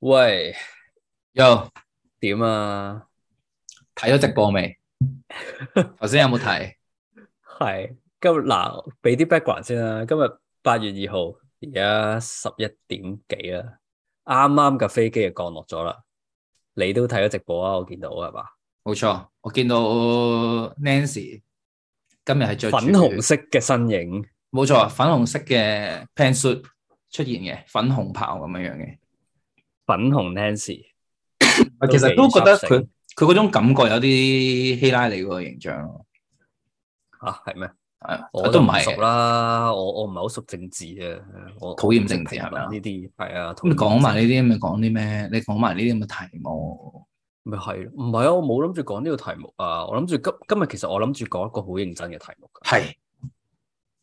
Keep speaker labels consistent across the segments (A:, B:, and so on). A: 喂，
B: 又
A: 點啊？
B: 睇咗直播 未？頭先有冇睇？
A: 係今日嗱，俾啲 background 先啦。今日八月二號，而家十一點幾啦，啱啱架飛機就降落咗啦。你都睇咗直播啊？我見到係嘛？
B: 冇錯，我見到 Nancy 今日係着住
A: 粉紅，色嘅身影，
B: 冇錯，粉紅色嘅 pantsuit 出現嘅，粉紅袍咁樣樣嘅。
A: 粉紅 Nancy，都
B: 啊其實都覺得
A: 幾
B: 佢佢嗰種感覺有啲希拉里嗰個形象咯，
A: 啊，係咩？
B: 係啊
A: 我
B: 都唔
A: 熟
B: 係嘅。
A: 啦，我我唔係好熟政治啊，我
B: 討厭政治係咪啊
A: 呢啲係啊，
B: 咁你講
A: 討厭
B: 埋呢啲咪講啲咩？你講埋呢啲咁嘅題目，
A: 咪係咯，唔係啊！我冇諗住講呢個題目啊，我諗住今今日其實我諗住講一個好認真嘅題目㗎，
B: 係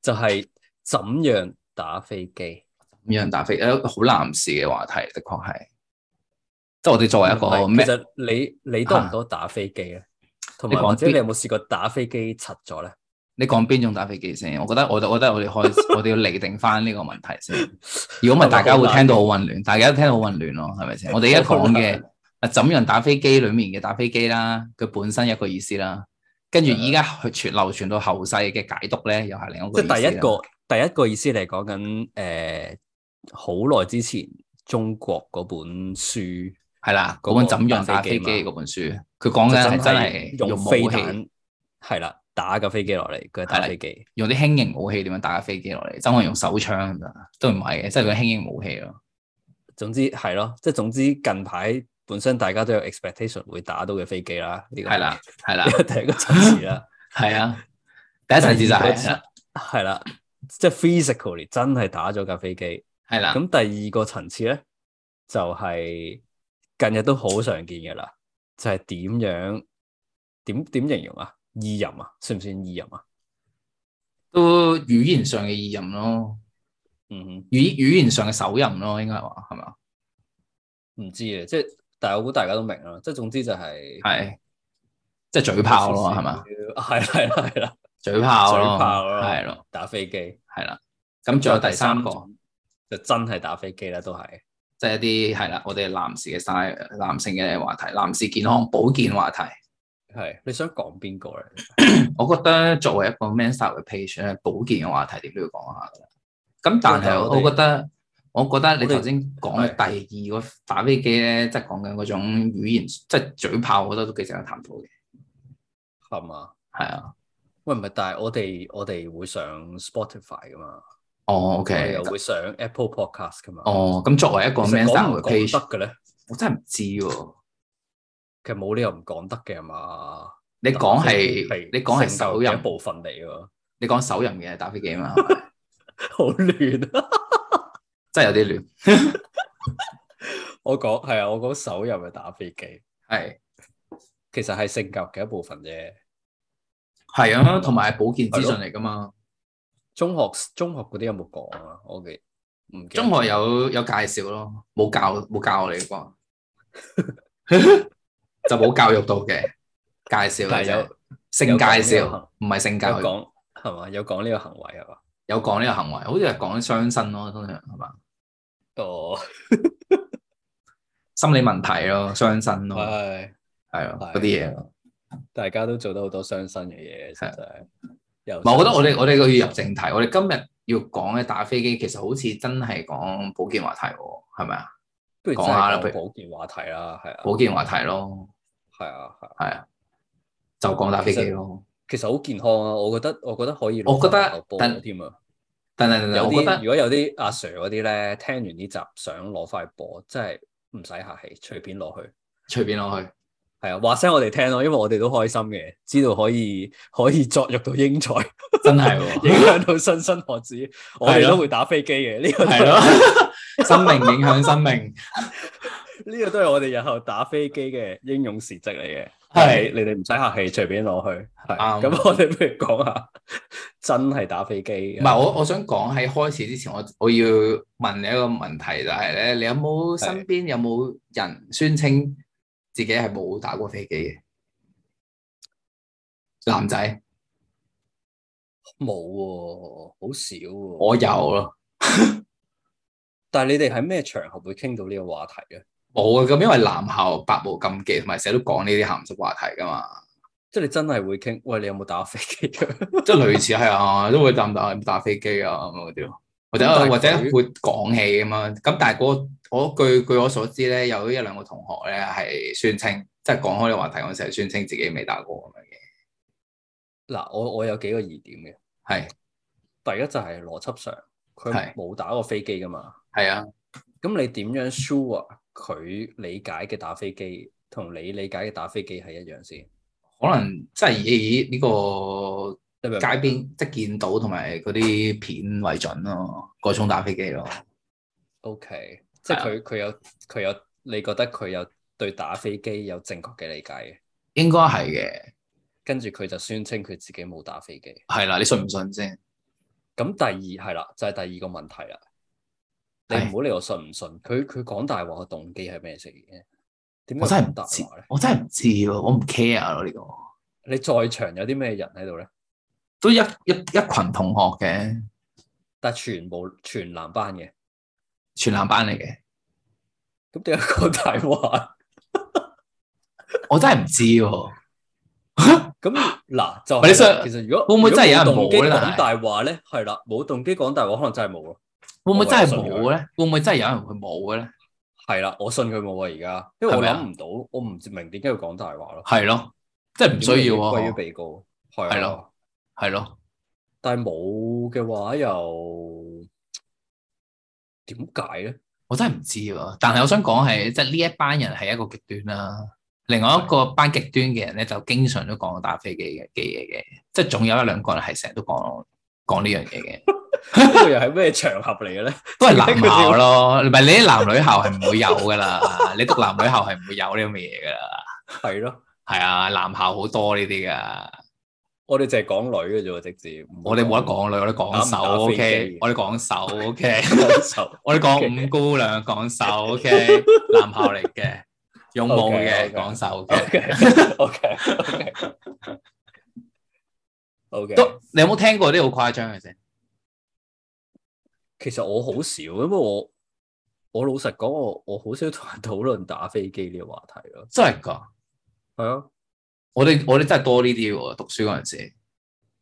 A: 就係、怎樣打飛機。
B: 咁樣打飛，誒好男士嘅話題，的確係。即係我哋作為一個
A: 唔係
B: 咩啊
A: 其？實你你多唔多打飛機咧？同埋
B: 你講
A: 或者
B: 邊
A: 你有冇試過打飛機柒咗咧？
B: 你講邊種打飛機先？我覺得我我覺得我哋開始， 我哋要釐定翻呢個問題 先。如果唔係，大家會聽到好混亂，大家都聽到好混亂咯，係咪先？ 我哋而家講嘅啊，怎樣打飛機裡面嘅打飛機啦，佢本身一個意思啦，跟住依家去傳流傳到後世嘅解讀咧，又係另一個
A: 即
B: 意思啊
A: 係
B: 啦。
A: 第一個第一個意思嚟講緊誒，好耐之前中國嗰本書
B: 係啦，嗰本《怎樣打飛機》
A: 嗰
B: 嗰本書，佢講緊係
A: 就
B: 真係
A: 用
B: 用
A: 飛
B: 武器，
A: 彈係啦，打架飛機落嚟，佢係
B: 係
A: 打
B: 啦
A: 飛機。
B: 用啲輕型武器點樣打架飛機落嚟，真係用手槍咋，都唔係嘅，即係用輕型武器咯。
A: 總之係咯，即係總之近排本身大家都有 expectation 會打到嘅飛機啦，呢、個
B: 係啦，係啦
A: 呢，個第一個層次啦，
B: 係 啊， 第一層次就係係啦。
A: 係啦，即係 physically 真係打咗架飛機。
B: 系啦，
A: 咁第二個層次咧，就係、近日都好常見嘅啦，就係、點樣點點形容啊？意淫啊，算唔算意淫啊？
B: 都語言上嘅意淫咯，
A: 嗯哼，
B: 語語言上嘅手淫咯，應該係話係嘛？
A: 唔知啊，即係但係我估大家都明啊啦，即係總之就係、
B: 係，即係嘴炮咯，係嘛？？
A: 係係啦係啦，
B: 嘴炮
A: 嘴炮咯
B: 咯，係咯，
A: 打飛機。
B: 係啦。咁仲有第三個，
A: 種就真係打飛機啦，都係
B: 即係一啲係啦，我哋男士嘅 style，男性嘅話題，男士健康保健話題。
A: 係你想講邊個咧？
B: 我覺得作為一個 men's style 嘅 page 咧，保健嘅話題點都要講下㗎啦。咁但
A: 因為
B: 係
A: 我哋
B: 我覺得，我覺得你
A: 我哋
B: 頭先講嘅第二個打飛機咧，即係講緊嗰種語言，即係嘴炮，我覺得都幾值得探討嘅。
A: 係嘛？
B: 係啊。
A: 喂，唔係，但係我哋我哋會上 Spotify 噶嘛，
B: 哦
A: 我哋
B: ，OK，
A: 又會上 Apple Podcast 噶嘛。
B: 哦，咁作為一個
A: 其實
B: man
A: 講
B: style
A: 唔
B: 嘅
A: 講得
B: page，
A: 嘅咧？
B: 我真係唔知喎。
A: 其實冇理由唔講得嘅係嘛。
B: 你講係
A: 係
B: 你講係
A: 性教
B: 手
A: 育
B: 淫
A: 嘅一，部分嚟喎，
B: 你講手淫嘅打飛機嘛，係咪
A: 好亂啊！
B: 真係有啲亂。
A: 我講係啊，我講手又咪打飛機，
B: 係
A: 其實係性教育嘅一部分啫。
B: 係啊，同埋係保健資訊嚟㗎嘛。
A: 中學中學嗰啲有冇講啊？我記唔記得
B: 中學有有介紹咯，冇教冇教我哋 啩，就冇教育到嘅介紹
A: 但係
B: 嘅
A: 有
B: 啫。性介
A: 有講呢
B: 紹
A: 個
B: 唔係性
A: 有
B: 教育，
A: 講係嘛？有講呢個行為係嘛？
B: 有講呢個行為，好似係講傷身咯，通常係嘛？
A: 哦，
B: 心理問題咯，傷身咯，
A: 係。啊
B: 係咯
A: 係啊
B: 嗰啲嘢咯。
A: 大家都做得好多傷身嘅嘢，其實
B: 係
A: 真係。又
B: 唔係，我覺得我哋我哋個要入正題，我哋今日要講嘅打飛機，其實好似真係講保健話題喎，係咪啊？
A: 不如
B: 講下啦
A: 真係
B: 不如
A: 保健話題啦，係啊，
B: 保健話題咯，
A: 係啊，係啊，
B: 係啊，就講打飛機咯。
A: 其實好健康啊，我覺得，我覺得可以攞
B: 我覺得
A: 翻嚟播
B: 但
A: 添啊。
B: 但係但係
A: 有
B: 我覺
A: 啲
B: 得
A: 如果有啲阿 Sir 嗰啲咧，聽完呢集想攞翻嚟播，真係唔使客氣，隨便攞去。
B: 隨便落去，
A: 係啊，話聲我哋聽咯，因為我哋都開心嘅，知道可以 可以作育到英 才，
B: 真係
A: 影
B: 喎，
A: 響到新生學子，我哋
B: 係咯
A: 都會打飛機嘅。呢、個都
B: 係咯， 生命影響生 命，
A: 呢個都係我哋日後打飛機嘅英勇事蹟嚟嘅。
B: 係
A: 你你哋唔使客氣，隨便攞去。係
B: 啱
A: 咁，我哋不如講下真係打飛機嘅。
B: 唔係我我想講喺開始之前，我我要問你一個問題，就係咧，你有冇
A: 係
B: 身邊有冇人宣稱自己係冇打過飛機嘅男仔？
A: 冇喎，好少喎。
B: 我有咯。
A: 但係你哋喺咩場合會傾到呢個話題咧？
B: 冇啊，咁因為男校百無禁忌，同埋成日都講呢啲鹹濕話題噶 嘛，
A: 即係你真係會傾，喂，你有冇打飛機 㗎？
B: 即係類似係啊，都會打唔打打飛機啊咁嗰啲咯，或者
A: 咁但係佢
B: 或者會講起咁樣。咁但係嗰我據據我所知咧，有一兩個同學咧係宣稱，即係講開呢個話題嗰陣時係宣稱自己未打過咁樣
A: 嗱，我我有幾個疑點嘅，
B: 嘅，係
A: 第一就係邏輯上，佢
B: 係
A: 冇打過飛機噶嘛，
B: 係啊，
A: 咁你點樣 sure 佢理解嘅打飛機同你理解嘅打飛機係一樣先？
B: 可能即係以呢個
A: 你明唔明
B: 街邊即係見到同埋嗰啲片為準咯，個種打飛機咯。啊
A: ？OK，即係佢佢有佢有，你覺得佢有對打飛機有正確嘅理解嘅，
B: 應該係嘅，
A: 跟住佢就宣稱佢自己冇打飛機。
B: 係啦，你信唔信先？
A: 咁第二係啦，就係、第二個問題啦。你
B: 係
A: 唔好理我信唔信，佢佢講大話嘅動機係咩先嘅？點解
B: 我真係
A: 講
B: 唔
A: 大
B: 知
A: 話咧？
B: 啊我真係唔知喎，我唔 care 咯呢個。
A: 你在場有啲咩人喺度咧？
B: 都一一一群同學嘅，
A: 但係全部全男班嘅，
B: 全男班嚟嘅，
A: 咁點解講大話？
B: 我真係唔知 喎。
A: 咁嗱就
B: 喂你
A: 係
B: 想
A: 其實如果
B: 會唔會真係有人
A: 如果冇動機
B: 冇呢
A: 講大話咧？係啦，冇動機講大話，可能真係冇咯。
B: 會唔會真係
A: 我
B: 冇咧？會唔會真係有人會冇嘅咧？
A: 係啦，我信佢冇啊，而家，因為我
B: 係咪啊
A: 諗唔到，我唔明點解要講大話咯。
B: 係咯，即係唔需要
A: 歸於
B: 喎。
A: 被告，係
B: 係
A: 啊
B: 咯。係咯，
A: 但係冇嘅話又點解 咧？
B: 我真係唔知喎。但係我想講係，即係呢一班人係一個極端啦。另外一個班極端嘅人咧，就經常都講打飛機嘅嘅嘢嘅，即係總有一兩個人係成日都講講呢樣嘢嘅。
A: 呢個又係咩場合嚟嘅咧？
B: 都係男校咯，唔係你啲男女校係唔會有 噶啦，你讀男女校係唔會有呢咁嘅嘢噶啦，
A: 係咯，
B: 係啊，男校好多呢啲噶，
A: 我哋淨係講女嘅啫喎，直接唔
B: 我哋冇得講女，我哋講手
A: 打唔打飛機
B: ，OK，我哋講手，OK，
A: 講 手。
B: 我哋講五姑娘，講手，OK，男校嚟嘅，勇武嘅，
A: OK，OK
B: 講手嘅，
A: OK，OK，OK，OK。
B: 都你有冇聽過啲好誇張嘅先？
A: 其實我好少，因為我我老實講，我我好少同人討論打飛機呢個話題咯。
B: 真係㗎，
A: 係啊，
B: 我哋我哋真係多呢啲喎，讀書嗰陣時，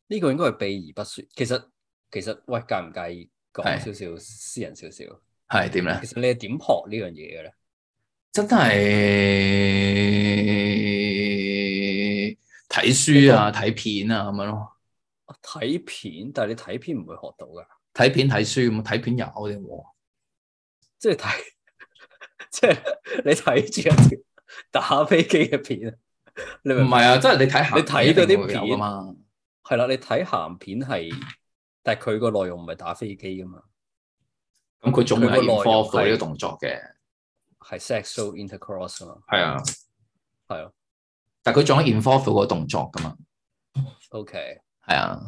A: 呢個應該係避而不說。其實其實喂，介唔介意講
B: 係啊
A: 少少私人少少？
B: 係點咧？
A: 其實你係點學呢樣嘢嘅咧？
B: 真係睇書啊、睇片啊咁樣咯，
A: 啊睇片，但係你睇片唔會學到噶，
B: 睇片睇書咁，睇片有啲冇，
A: 即係睇，即係你睇住一條打飛機嘅片，你明唔
B: 唔
A: 明？
B: 係啊，即係你睇鹹
A: 你睇嗰啲
B: 一定會有
A: 片
B: 㗎嘛，
A: 係啦，你睇鹹片係，但係佢個內容唔係打飛機噶嘛，
B: 咁佢總會
A: 佢個內容
B: involve 到
A: 係
B: 呢個動作嘅，
A: 係 sexual intercourse 啊嘛，
B: 係啊，
A: 係咯
B: 但係佢總會 involve 到個動作噶嘛，
A: ，OK，
B: 係啊，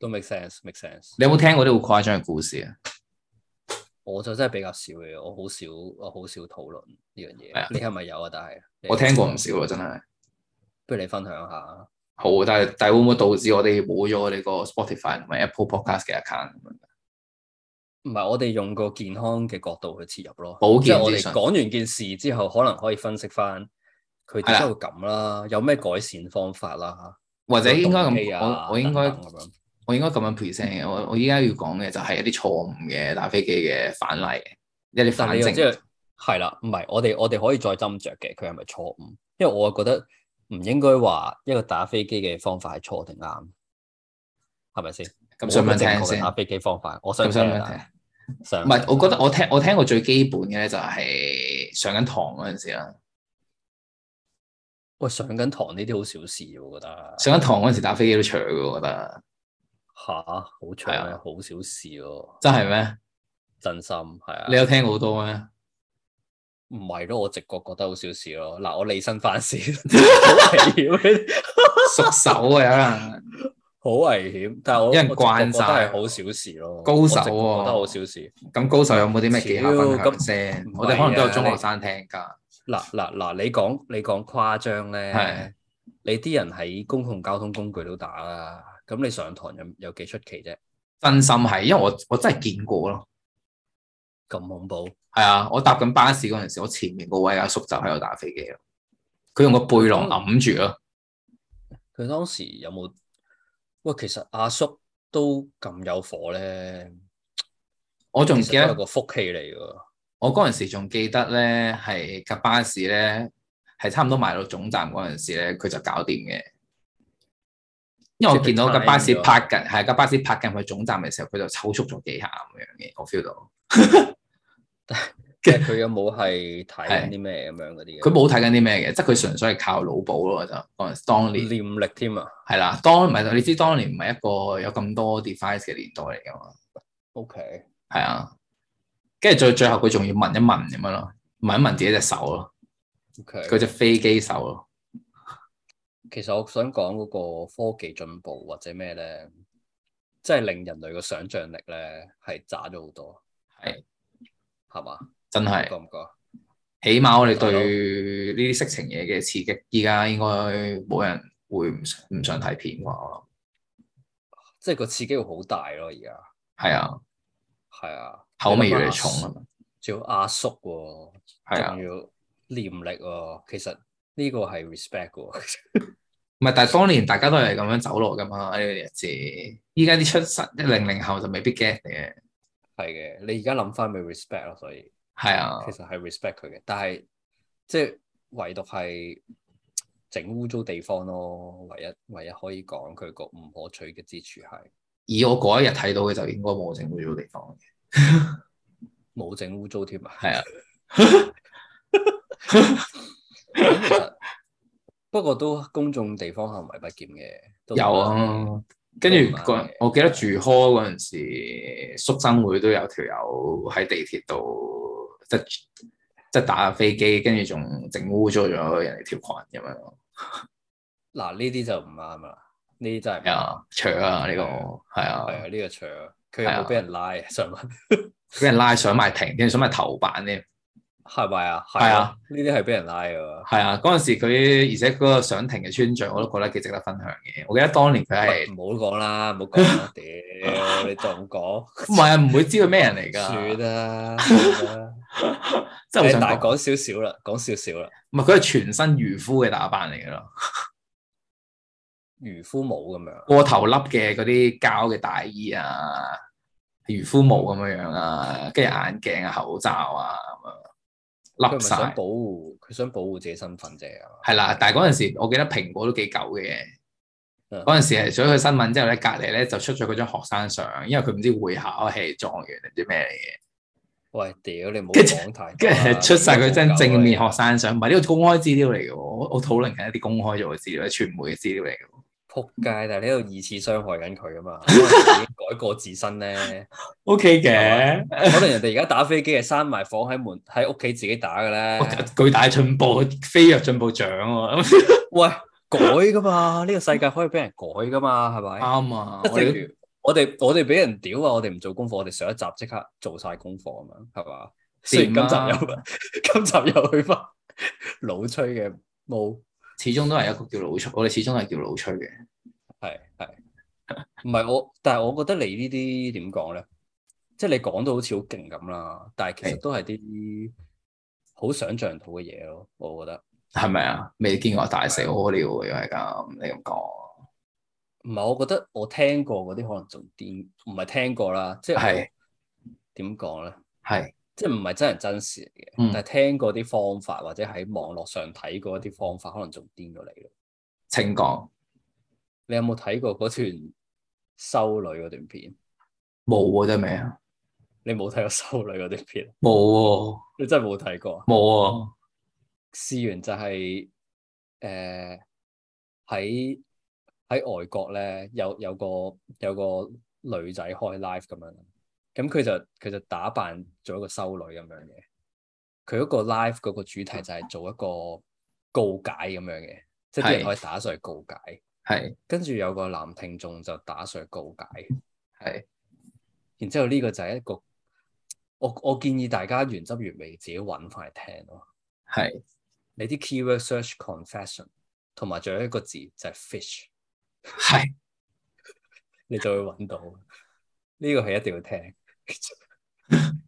A: 都 make sense，make sense。
B: 你有冇聽過啲好誇張嘅故事啊？
A: 我就真係比較少嘅，我好少，我好少討論呢樣
B: 係啊
A: 嘢。你係咪有啊？但係你
B: 我聽過唔少啊，真係
A: 不如你分享下。
B: 好，但係但係會唔會導致我哋冇咗我哋個 Spotify 同埋 Apple Podcast 嘅 account 咁
A: 唔
B: 樣？
A: 係，我哋用個健康嘅角度去切入咯，
B: 保健
A: 即係我
B: 資
A: 哋
B: 訊
A: 講完件事之後，可能可以分析翻佢點解會咁啦，有咩改善方法啦，
B: 或者應該
A: 有動機
B: 咁，
A: 啊
B: 我我應該
A: 等等咁樣
B: 我應該咁樣 present 嘅。我我依家要講嘅就係一啲錯誤嘅打飛機嘅反例，一啲
A: 但係
B: 反
A: 你又
B: 證。
A: 即係係啦，唔係我哋我哋可以再斟酌嘅，佢係咪錯誤？因為我覺得唔應該話一個打飛機嘅方法係錯定啱，係咪先？
B: 咁想唔想
A: 冇一個
B: 聽
A: 正確嘅
B: 先
A: 打？飛機方法，我想
B: 咁想唔
A: 聽
B: 想
A: 啊
B: 聽？
A: 想
B: 唔係，我覺得我聽我聽過最基本嘅咧就係上緊堂嗰陣時啦，
A: 喂上緊堂呢啲好小事喎，我覺得
B: 上緊堂嗰陣時打飛機都搶嘅，我覺得
A: 吓好長
B: 係
A: 啊，
B: 啊
A: 好小事喎，
B: 真係咩？
A: 真心係啊。
B: 你有聽過好多咩？
A: 唔係咯，我直覺覺得好小事咯。嗱，我離身翻 先，好危險，
B: 熟手啊，有人
A: 好危險。但係我
B: 有人
A: 我直覺
B: 慣晒啊
A: 覺得係好小事咯。
B: 高手喎
A: 我直覺覺得好小事。
B: 咁高手有冇啲咩技巧分
A: 屌
B: 享
A: 咁
B: 先
A: 唔？係啊
B: 我哋可能都有中學生聽㗎，
A: 嗱嗱嗱，你講你講誇張咧
B: 係，
A: 你啲人喺公共交通工具都打啦，咁你上堂有有幾出奇啫？
B: 真心係，因為我我真係見過咯。
A: 咁恐怖，
B: 係啊，我搭緊巴士嗰陣時，我前面個位阿叔就喺度打飛機咯，佢用個背囊揞住咯。
A: 佢當時有冇？喂，其實阿叔都咁有火咧，
B: 我仲
A: 其
B: 記
A: 實都係
B: 得，
A: 個福氣嚟㗎。
B: 我嗰陣時仲記得咧，係架巴士咧，係差唔多埋到總站嗰陣時咧，佢就搞掂嘅。因為我見到架巴士
A: 即係佢
B: 拍緊，係架巴士拍近去總站嘅時候，佢就抽搐咗幾下咁樣嘅，我 feel 到。
A: 即係佢有冇係睇緊啲咩咁樣嗰啲嘅？
B: 佢冇睇緊啲咩嘅，即係佢純粹係靠腦補咯，就嗰陣時當年。
A: 念力添啊。
B: 係啦，當唔係你知當年唔係一個有咁多 device 嘅年代嚟噶嘛，
A: O K，
B: 係啊，跟住最最後佢仲要聞一聞咁樣咯，聞一聞自己隻手咯，
A: O K。
B: 佢隻飛機手咯，
A: 其實我想講嗰個科技進步或者咩咧，即係令人類嘅想像力咧係渣咗好多，
B: 係
A: 係嘛？
B: 真係，
A: 覺唔覺？
B: 起碼我哋對呢啲色情嘢嘅刺激，依家應該冇人會唔想唔想睇片啩，我
A: 即係個刺激會好大咯，而家
B: 諗係啊，
A: 係啊，
B: 口味越嚟越重啊嘛，
A: 仲要阿叔喎，
B: 係啊
A: 仲，要念力喎，其實呢個係 respect 喎，
B: 唔係，但係當年大家都係咁樣走落噶嘛呢個日子，依家啲出實一零零後就未必 get 嘅，
A: 係嘅。你而家諗翻咪 respect 咯，所以。
B: 係啊
A: 其，實係 respect 佢嘅，但係即係唯獨係整污糟地方咯，唯一唯一可以講佢個唔可取嘅之處係
B: 以我嗰一日睇到嘅就應該冇整污糟地方。
A: 冇整污糟添啊！
B: 係啊，
A: 咁其實 不過都公眾地方行為不檢嘅，都
B: 有啊，跟住
A: 都唔啱
B: 嗰
A: 嘅
B: 我記得住科嗰陣時，宿生會都有條友喺地鐵度即即打下飛機，跟住仲整污糟咗人哋條裙咁樣咯，
A: 嗱呢啲就唔啱啦，呢啲真係唔
B: 係
A: 啱
B: 啊，搶啊呢個係
A: 係啊
B: 啊，
A: 呢個場，佢有冇俾人拉啊？ 想問
B: 俾人拉上埋庭，跟住上埋頭版添，
A: 係咪啊？
B: 係啊，
A: 呢啲係俾人拉㗎。
B: 係啊，嗰陣時佢而且嗰個上庭嘅穿着我都覺得幾值得分享嘅，我記得當年佢
A: 喂
B: 係
A: 唔好講啦，唔好講啦，屌你再咁講。
B: 唔係啊唔會知佢咩人嚟
A: 算
B: 㗎，
A: 啦，
B: 真係好
A: 誒
B: 想
A: 但係講
B: 講，
A: 少少啦，講少少啦。
B: 唔係佢係全身漁夫嘅打扮嚟㗎咯。
A: 漁夫帽咁樣，
B: 過頭笠嘅嗰啲膠嘅大衣啊，漁夫帽咁樣樣啊，跟住眼鏡啊、口罩啊咁
A: 佢
B: 樣笠
A: 咪想
B: 晒。
A: 保護，佢想保護自己身份啫。
B: 係啦，但係嗰陣時，我記得蘋果都幾舊嘅。
A: 嗯
B: 嗰陣時係咗佢新聞之後咧，隔離咧就出咗嗰張學生相，因為佢唔知會考係狀元定唔知咩嚟
A: 啊
B: 嘅，
A: 喂，屌你唔好
B: 跟住
A: 講太多
B: 跟
A: 啦，
B: 住出晒佢張正面
A: 學
B: 學生相，唔係呢個公開資料嚟嘅喎，我我討論緊一啲公開咗嘅資料，傳媒嘅資料嚟嘅喎。
A: 撲街，但係你喺度二次傷害緊佢啊嘛，可能佢已經改過自身 咧，
B: O K 嘅，
A: 可能人哋而家打飛機係閂埋房喺門喺屋企自己打嘅 咧。
B: 巨大進步，飛躍進步獎喎， 咁
A: 喂，改噶嘛，呢個世界可以俾人改噶嘛，係咪？
B: 啱 啊！
A: 即
B: 我哋
A: 係正如我哋我哋俾人屌啊！我哋唔做功課，我哋上一集即刻做晒功課咁樣，係嘛？雖然今集
B: 啊
A: 有，今集又 去翻老吹嘅冇，
B: 始終都係一個叫老吹，我哋始終係叫老吹嘅。
A: 係係，唔係我，但係我覺得你呢啲點講咧？即係你講到好似好勁咁啦，但係其實
B: 係
A: 都係啲好想像到嘅嘢咯，我覺得。
B: 係咪啊？未見過大死屙尿嘅，又係咁，你咁講，
A: 唔係，我覺得我聽過嗰啲可能仲癲，唔係聽過啦，即係我
B: 係
A: 點講咧？
B: 係
A: 即係唔係真人真事嚟嘅，
B: 嗯
A: 但係聽過啲方法或者喺網絡上睇過一啲方法，可能仲癲過你咯。
B: 請講，
A: 你有冇睇過嗰段修女嗰段片？
B: 冇喎真係咩啊？
A: 你冇睇過修女嗰段片，
B: 冇喎，
A: 你真係冇睇過啊。
B: 冇喎，
A: 事源就係誒喺喺外國咧，有有個有個女仔開 live 咁樣，咁佢就佢就打扮做一個修女咁樣嘅。佢嗰個 live 嗰個主題就係做一個告解咁樣嘅，即係啲人
B: 係
A: 可以打上去告解。
B: 係
A: 跟住有個男聽眾就打上去告解，
B: 係
A: 然之後呢個就係一個我我建議大家原汁原味自己揾翻嚟聽咯。
B: 係
A: 你啲 keyword search confession，同埋仲有一個字就係、fish，
B: 係，
A: 你就會揾到。呢個係一定要聽。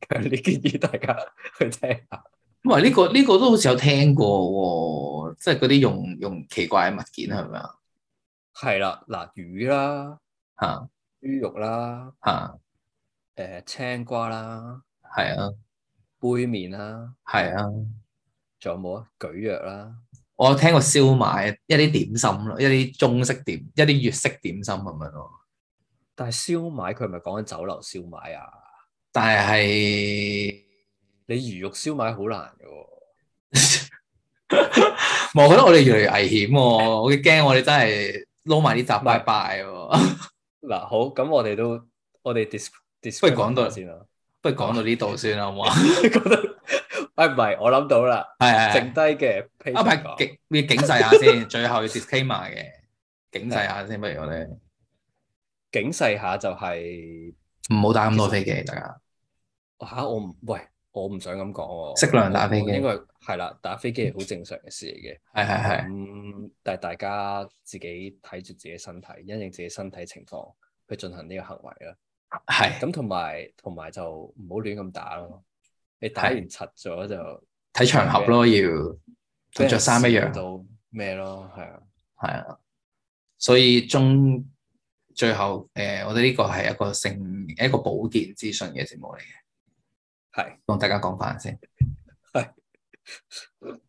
A: 強烈建議大家去聽下。
B: 喂，呢、個呢、個都好似有聽過喎、即係嗰啲用用奇怪嘅物件係咪啊？
A: 係啦，嗱魚啦、
B: 嚇
A: 豬肉啦、
B: 嚇，
A: 誒、青瓜啦、
B: 係啊
A: 杯麵啦，
B: 係啊，
A: 仲有冇啊？舉藥啦，
B: 我有聽過燒賣一啲點心咯，一啲中式點一啲粵式點心咁樣咯，
A: 但係燒賣佢係咪講緊酒樓燒賣啊？
B: 但係
A: 你魚肉燒賣好難嘅喎。
B: 我覺得我哋越嚟越危險喎、我驚我哋真係撈埋啲雜拜拜喎。
A: 嗱，好，咁我哋都我哋 dis dis
B: 不如講到
A: 先啦。
B: 不如講到呢度先啦，好唔好啊？
A: 覺得啊，唔係，我諗到啦，
B: 係係係
A: 剩低嘅 p
B: 啊，唔係警要警世下 先，最後要 disclaimer 嘅，警世下先，不如我哋
A: 警世下就係、
B: 唔好打咁多飛機，大家
A: 吓、我唔喂，我唔想咁講喎。
B: 適量打飛機
A: 我應該係啦，打飛機係好正常嘅事嚟嘅。
B: 係係係
A: 咁但係大家自己睇住自己身體，因應自己身體情況去進行呢個行為啦。
B: 係
A: 咁同埋同埋就唔好亂咁打咯。你打完柒咗就
B: 睇場合咯，要
A: 俾
B: 同
A: 人
B: 着衫一樣
A: 笑，到咩咯？係啊，
B: 係啊。所以中最後誒、呃我哋呢個係一個性一個保健資訊嘅節目嚟嘅，
A: 係
B: 同大家講翻先。